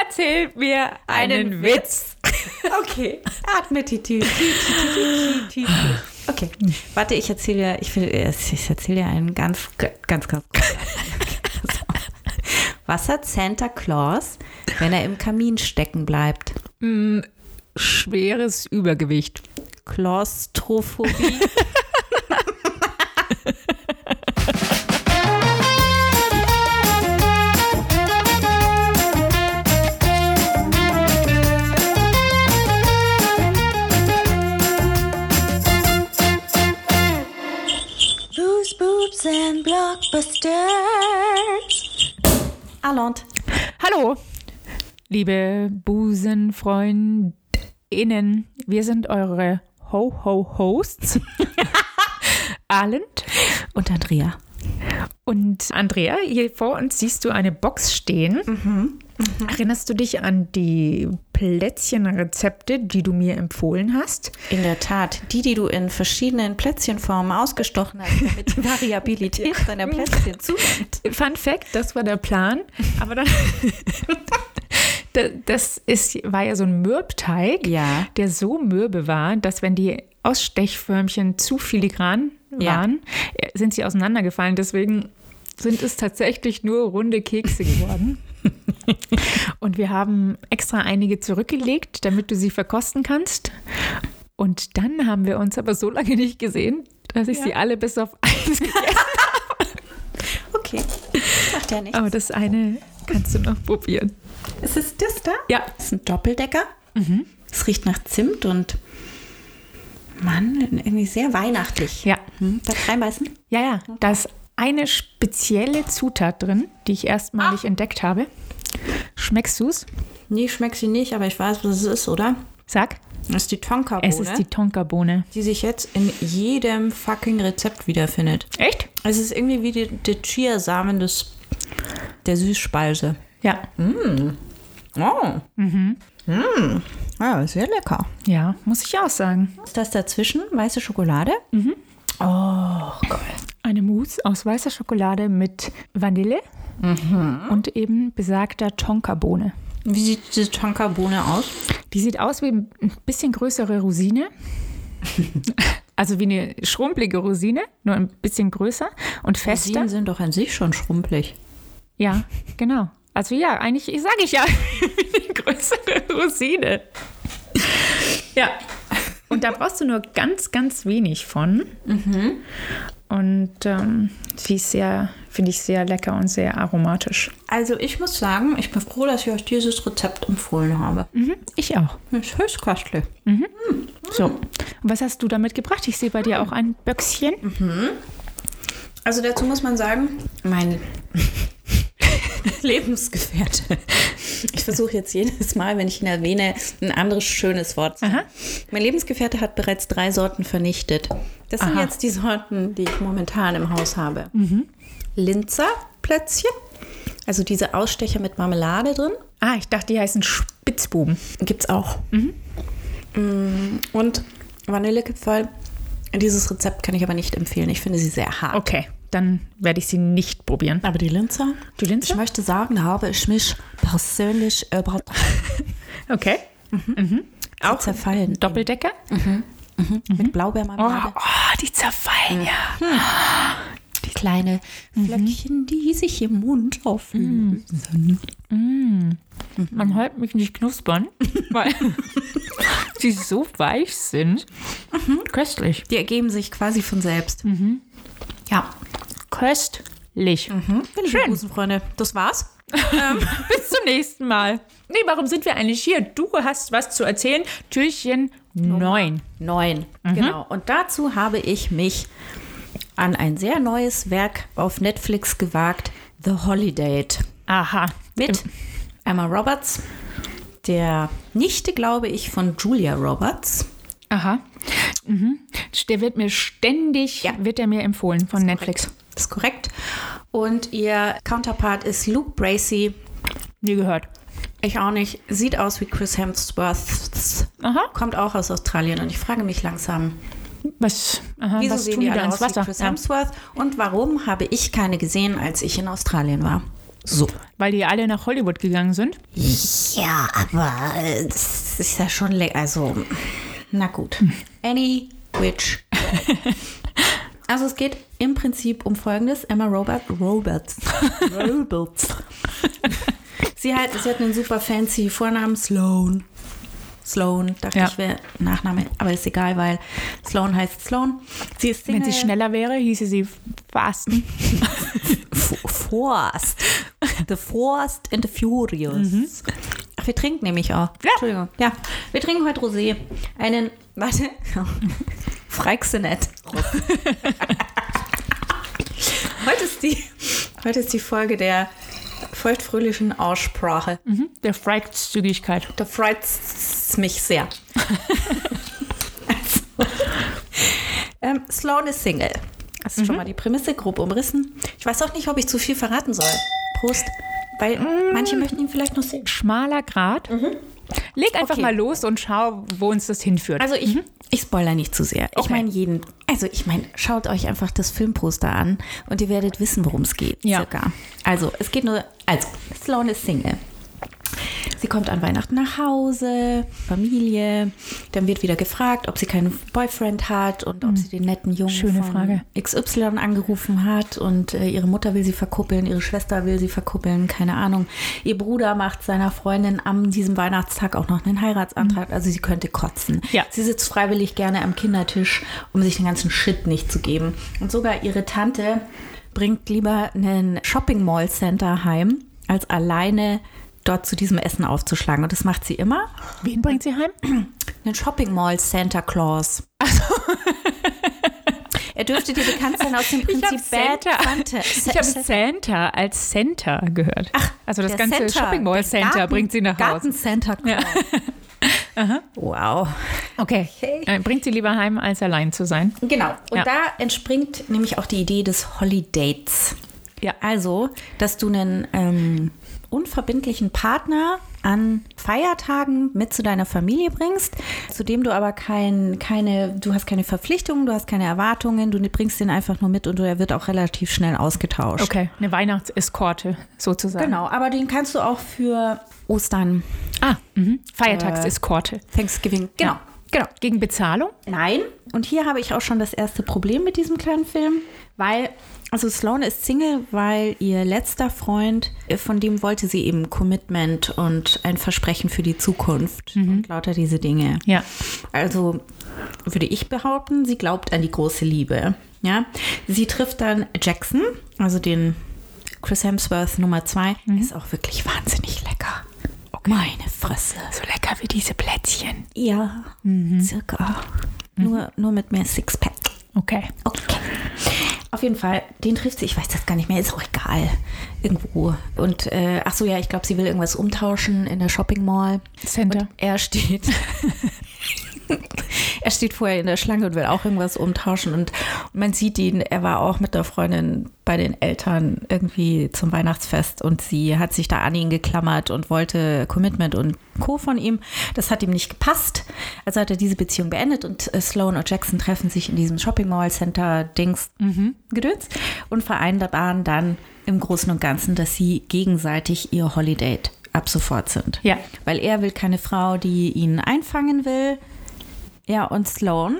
Erzähl mir einen, Einen Witz. Okay, atme tief, tief, tief, tief, tief, tief, tief. Okay, warte, ich erzähle dir, ich, will- ich erzähle dir einen ganz, ganz, ganz. Was hat Santa Claus, wenn er im Kamin stecken bleibt? Schweres Übergewicht. Klaustrophobie. Booze, boobs, and blockbusters. Alond. Hallo, liebe BusenfreundInnen. Wir sind eure Ho-Ho-Hosts. Arlind Und Andrea. und Andrea. Hier vor uns siehst du eine Box stehen. Erinnerst du dich an die Plätzchenrezepte, die du mir empfohlen hast? In der Tat, die, die du in verschiedenen Plätzchenformen ausgestochen hast, damit die Variabilität deiner Plätzchen zunimmt. Fun Fact, das war der Plan, aber dann. Da- Das ist, war ja so ein Mürbteig, Ja. der so mürbe war, dass wenn die Ausstechförmchen zu filigran Ja. waren, äh, sind sie auseinandergefallen. Deswegen sind es tatsächlich nur runde Kekse geworden. Und wir haben extra einige zurückgelegt, damit du sie verkosten kannst. Und dann haben wir uns aber so lange nicht gesehen, dass ich sie alle bis auf eins gegessen habe. Okay, macht ja nichts. Aber das eine kannst du noch probieren. Ist es das da? Mhm. Ja. Das ist ein Doppeldecker. Es riecht nach Zimt und Mandeln, irgendwie sehr weihnachtlich. Ja. Hm, darf ich reinbeißen? Ja, ja. Da ist eine spezielle Zutat drin, die ich erstmalig entdeckt habe. Schmeckst du's? Nee, schmeckt sie nicht, aber ich weiß, was es ist, oder? Sag, Das ist die es Tonkabohne, ist die Tonkabohne. die sich jetzt in jedem fucking Rezept wiederfindet. Echt? Es ist irgendwie wie die- der Chiasamen des, der Süßspeise. Ja. Oh. Mhm. Ja, sehr lecker. Ja, muss ich auch sagen. Ist das dazwischen? Weiße Schokolade? Eine Mousse aus weißer Schokolade mit Vanille und eben besagter Tonkabohne. Wie sieht diese Tonkabohne aus? Die sieht aus wie ein bisschen größere Rosine. Also wie eine schrumpelige Rosine, nur ein bisschen größer und fester. Rosinen sind doch an sich schon schrumpelig. Ja, genau. Also ja, eigentlich sage ich ja die größere Rosine. Ja. Und da brauchst du nur ganz, ganz wenig von. Mhm. Und ähm, die ist sehr, finde ich, sehr lecker und sehr aromatisch. Also ich muss sagen, ich bin froh, dass ich euch dieses Rezept empfohlen habe. Ich auch. Ist höchst köstlich. So. Und was hast du da mitgebracht? Ich sehe bei dir auch ein Böckschen. Also dazu muss man sagen, mein Lebensgefährte. Ich versuche jetzt jedes Mal, wenn ich ihn erwähne, ein anderes schönes Wort zu sagen. Aha. Mein Lebensgefährte hat bereits drei Sorten vernichtet. Das sind Aha. Mhm. jetzt die Sorten, die ich momentan im Haus habe. Linzer Plätzchen, also diese Ausstecher mit Marmelade drin, Ah, ich dachte, die heißen Spitzbuben. gibt's auch. Mhm. Mm, Und Vanillekipferl. Dieses Rezept kann ich aber nicht empfehlen. Ich finde sie sehr hart. Okay, dann werde ich sie nicht probieren. Aber die Linzer? Die Linzer? Ich möchte sagen, habe ich mich persönlich überhaupt Okay. auch zerfallen. Doppeldecker? Mit Oh, Blaubeermarmelade. oh, die zerfallen ja. die kleinen Flöckchen, die sich im Mund auflösen. Man hört mich nicht knuspern, weil sie so weich sind. Mhm. Köstlich. Die ergeben sich quasi von selbst. Ja. Köstlich. Hm? Schön. Busenfreunde, das war's. Bis zum nächsten Mal. Nee, warum sind wir eigentlich hier? Du hast was zu erzählen. Türchen 9. Neun. Genau. Und dazu habe ich mich an ein sehr neues Werk auf Netflix gewagt: The Holiday. Aha. Mit Emma Roberts, der Nichte, glaube ich, von Julia Roberts. Aha. Mhm. Der wird mir ständig, Ja. wird er mir empfohlen von Netflix. Das ist korrekt. Und ihr Counterpart ist Luke Bracey. Nie gehört. Ich auch nicht. Sieht aus wie Chris Hemsworth. Aha. Kommt auch aus Australien. Und ich frage mich langsam, Was, aha, wieso was sehen tun die die da alle ins aus wie Wasser? Chris Ja. Hemsworth? Und warum habe ich keine gesehen, als ich in Australien war? So. weil die alle nach Hollywood gegangen sind. Ja, aber äh, das ist ja schon lecker. Also, na gut. Any which. way. Also es geht im Prinzip um Folgendes. Emma Robert, Roberts. Roberts. sie, hat, sie hat einen super fancy Vornamen, Sloan. Sloan, dachte Ja. ich, wäre Nachname, aber ist egal, weil Sloan heißt Sloan. Sie ist Wenn Single. sie schneller wäre, hieße sie Fasten. F- Forst. The Forst and the Furious. Ach, wir trinken nämlich auch. Ja. Entschuldigung. Ja, wir trinken heute Rosé. Einen, warte, fragst du nicht. heute, ist die, heute ist die Folge der feuchtfröhlichen Aussprache. Der Freizügigkeit. Da freut's mich sehr. also, ähm, Sloan ist Single. Das ist schon mal die Prämisse grob umrissen. Ich weiß auch nicht, ob ich zu viel verraten soll. Prost. Weil manche möchten ihn vielleicht noch sehen. Schmaler Grad. Leg einfach Mhm. Okay. mal los und schau, wo uns das hinführt. Also ich, ich spoiler nicht zu sehr. Ich Mhm. Okay. meine jeden. Also ich meine, schaut euch einfach das Filmposter an und ihr werdet wissen, worum es geht. Ja. Circa. Also es geht nur. Also Sloan ist Single. Sie kommt an Weihnachten nach Hause, Familie. Dann wird wieder gefragt, ob sie keinen Boyfriend hat und ob sie den netten Jungen Mhm. Schöne von Frage. XY angerufen hat und äh, ihre Mutter will sie verkuppeln, ihre Schwester will sie verkuppeln, keine Ahnung. Ihr Bruder macht seiner Freundin an diesem Weihnachtstag auch noch einen Heiratsantrag, also sie könnte kotzen. Ja. Sie sitzt freiwillig gerne am Kindertisch, um sich den ganzen Shit nicht zu geben. Und sogar ihre Tante bringt lieber einen Shopping Mall Center heim, als alleine dort zu diesem Essen aufzuschlagen. Und das macht sie immer. Wen bringt sie heim? Einen Shopping Mall Santa Claus. Also Er dürfte dir bekannt sein aus dem Ich hab Prinzip Bad Santa. Santa. Ich habe Santa als Center gehört. Ach, also das Der ganze Santa, Shopping Mall der Center Garten- bringt sie nach Garten Hause. Santa Claus. Wow. Okay. Äh, Bringt sie lieber heim, als allein zu sein. Genau. Und Ja. da entspringt nämlich auch die Idee des Holidates. Ja. Also, dass du einen ähm, unverbindlichen Partner an Feiertagen mit zu deiner Familie bringst, zu dem du aber kein, keine, du hast keine Verpflichtungen, du hast keine Erwartungen, du bringst den einfach nur mit und er wird auch relativ schnell ausgetauscht. Okay, eine Weihnachtseskorte sozusagen. Genau, aber den kannst du auch für Ostern, Ah, mhm. Feiertagseskorte. Thanksgiving, genau. Ja. Genau. Gegen Bezahlung? Nein. Und hier habe ich auch schon das erste Problem mit diesem kleinen Film, weil, also Sloane ist Single, weil ihr letzter Freund, äh, von dem wollte sie eben Commitment und ein Versprechen für die Zukunft und lauter diese Dinge. Ja. Also würde ich behaupten, sie glaubt an die große Liebe. Ja, sie trifft dann Jackson, also den Chris Hemsworth Nummer zwei. Ist auch wirklich wahnsinnig lecker. Meine Fresse. So lecker wie diese Plätzchen. Ja, circa. Nur, nur mit mehr Sixpack. Okay. Okay. Auf jeden Fall, den trifft sie, ich weiß das gar nicht mehr, ist auch egal. Irgendwo. Und äh, ach so, ja, ich glaube, sie will irgendwas umtauschen in der Shopping Mall. Center. Und er steht. er steht vorher in der Schlange und will auch irgendwas umtauschen. Und man sieht ihn, er war auch mit der Freundin bei den Eltern irgendwie zum Weihnachtsfest und sie hat sich da an ihn geklammert und wollte Commitment und Co. von ihm. Das hat ihm nicht gepasst. Also hat er diese Beziehung beendet und äh, Sloan und Jackson treffen sich in diesem Shopping Mall Center Dings Gedöns und vereinbaren dann im Großen und Ganzen, dass sie gegenseitig ihr Holiday ab sofort sind. Ja. Weil er will keine Frau, die ihn einfangen will. Ja, und Sloan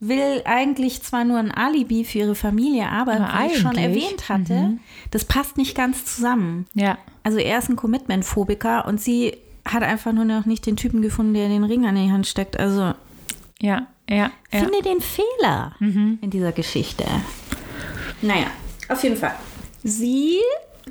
will eigentlich zwar nur ein Alibi für ihre Familie, aber, Aber wie ich schon eigentlich, Mhm. erwähnt hatte, das passt nicht ganz zusammen. Ja. Also er ist ein Commitment-Phobiker und sie hat einfach nur noch nicht den Typen gefunden, der den Ring an die Hand steckt. Also Ja. Ja. ja. finde den Fehler in dieser Geschichte. Naja, auf jeden Fall. Sie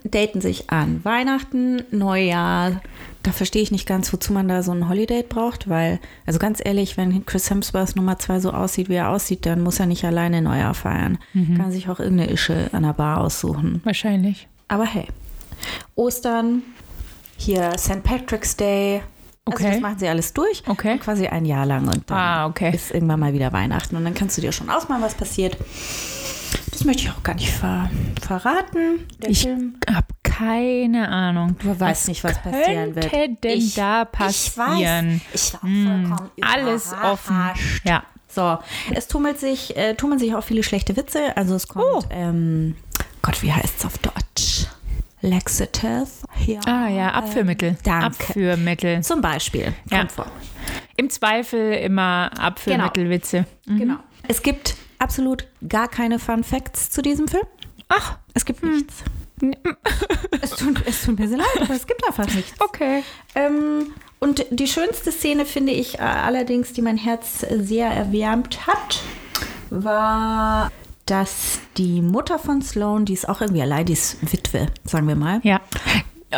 daten sich an Weihnachten, Neujahr. Da verstehe ich nicht ganz, wozu man da so ein Holiday braucht, weil, also ganz ehrlich, wenn Chris Hemsworth Nummer zwei so aussieht, wie er aussieht, dann muss er nicht alleine Neujahr feiern. Kann sich auch irgendeine Ische an der Bar aussuchen. Wahrscheinlich. Aber hey, Ostern, hier St. Patrick's Day. Also Okay. das machen sie alles durch. Okay. Und quasi ein Jahr lang. Und dann Ah, okay. ist irgendwann mal wieder Weihnachten. Und dann kannst du dir schon ausmalen, was passiert. Das möchte ich auch gar nicht ver verraten. Der Ich Film. habe keine Ahnung. Du weißt nicht, was passieren könnte wird. denn ich, da Ich passieren? Hm, weiß. Ich war vollkommen Alles offen. überrascht. Ja. So, es tummelt sich, äh, Oh. tummeln sich auch viele schlechte Witze. Also es kommt, ähm, Gott, wie heißt es auf Deutsch? Laxative. Ja. Ah ja, Abführmittel. Äh, danke. Abführmittel. Zum Beispiel. Kommt Ja. vor. Im Zweifel immer Abführmittelwitze. Genau. Es gibt absolut gar keine Fun Facts zu diesem Film. Ach, es gibt Hm. nichts. es, tut, es tut mir sehr leid, aber es gibt einfach nichts. Okay. Ähm, und die schönste Szene finde ich äh, allerdings, die mein Herz äh, sehr erwärmt hat, war, dass die Mutter von Sloan, die ist auch irgendwie allein, die ist Witwe, sagen wir mal. Ja.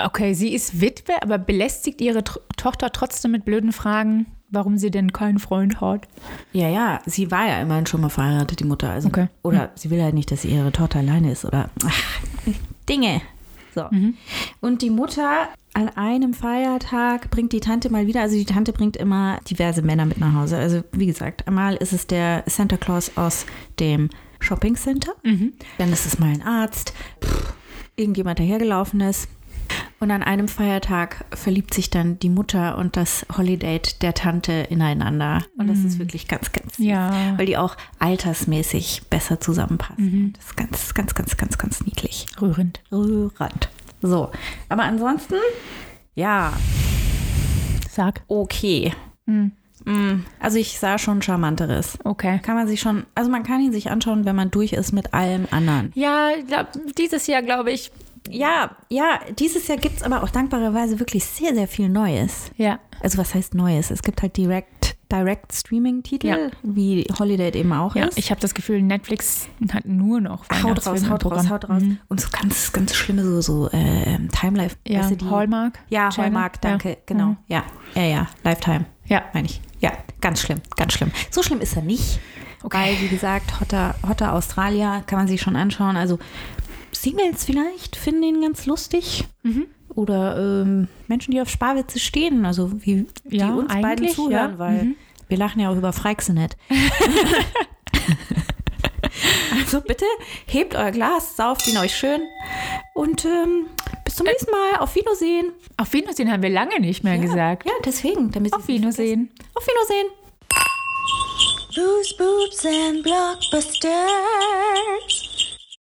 Okay, sie ist Witwe, aber belästigt ihre Tr- Tochter trotzdem mit blöden Fragen, warum sie denn keinen Freund hat. Ja, ja, sie war ja immerhin schon mal verheiratet, die Mutter. Also, Okay. Oder sie will halt nicht, dass ihre Tochter alleine ist oder ach, Dinge. So. Und die Mutter an einem Feiertag bringt die Tante mal wieder, also die Tante bringt immer diverse Männer mit nach Hause. Also wie gesagt, einmal ist es der Santa Claus aus dem Shopping Center, dann ist es mal ein Arzt, pff, irgendjemand, der hergelaufen ist. Und an einem Feiertag verliebt sich dann die Mutter und das Holiday der Tante ineinander. Und das ist wirklich ganz, ganz süß, Ja. weil die auch altersmäßig besser zusammenpassen. Mhm. Das ist ganz, ganz, ganz, ganz, ganz niedlich. Rührend. Rührend. So, aber ansonsten, ja, Sag. okay. Hm. Mm, Also ich sah schon charmanteres. Okay. Kann man sich schon, also man kann ihn sich anschauen, wenn man durch ist mit allem anderen. Ja, glaub, dieses Jahr glaube ich. Ja, ja, dieses Jahr gibt es aber auch dankbarerweise wirklich sehr, sehr viel Neues. Ja. Also was heißt Neues? Es gibt halt direkt Direct Streaming Titel, Ja. wie Holiday eben auch Ja, ist. ich habe das Gefühl, Netflix hat nur noch haut raus, Weihnachtsfilme haut im Programm. raus, haut raus. Und so ganz, ganz schlimme so so äh, Timelife. Mhm. Ja, weißt du, die- Hallmark. Ja, Channel. Hallmark, danke, Ja. genau. Mhm. Ja, ja, ja, Lifetime. Ja. meine ich. Ja, ganz schlimm, ganz schlimm. So schlimm ist er nicht, Okay. weil wie gesagt, Hotter, Hotter Australia kann man sich schon anschauen. Also Singles vielleicht finden ihn ganz lustig. Mhm. Oder ähm, Menschen, die auf Sparwitze stehen, also wie Ja, die uns beiden eigentlich, zuhören, ja. Mhm. weil wir lachen ja auch über Freixenet. also bitte hebt euer Glas, sauft ihn euch schön und ähm, bis Äh. zum nächsten Mal. Auf Wiedersehen. Auf Wiedersehen haben wir lange nicht mehr gesagt. Ja, deswegen. Damit Auf Wiedersehen. Auf Wiedersehen. Goose Boops and Blockbusters.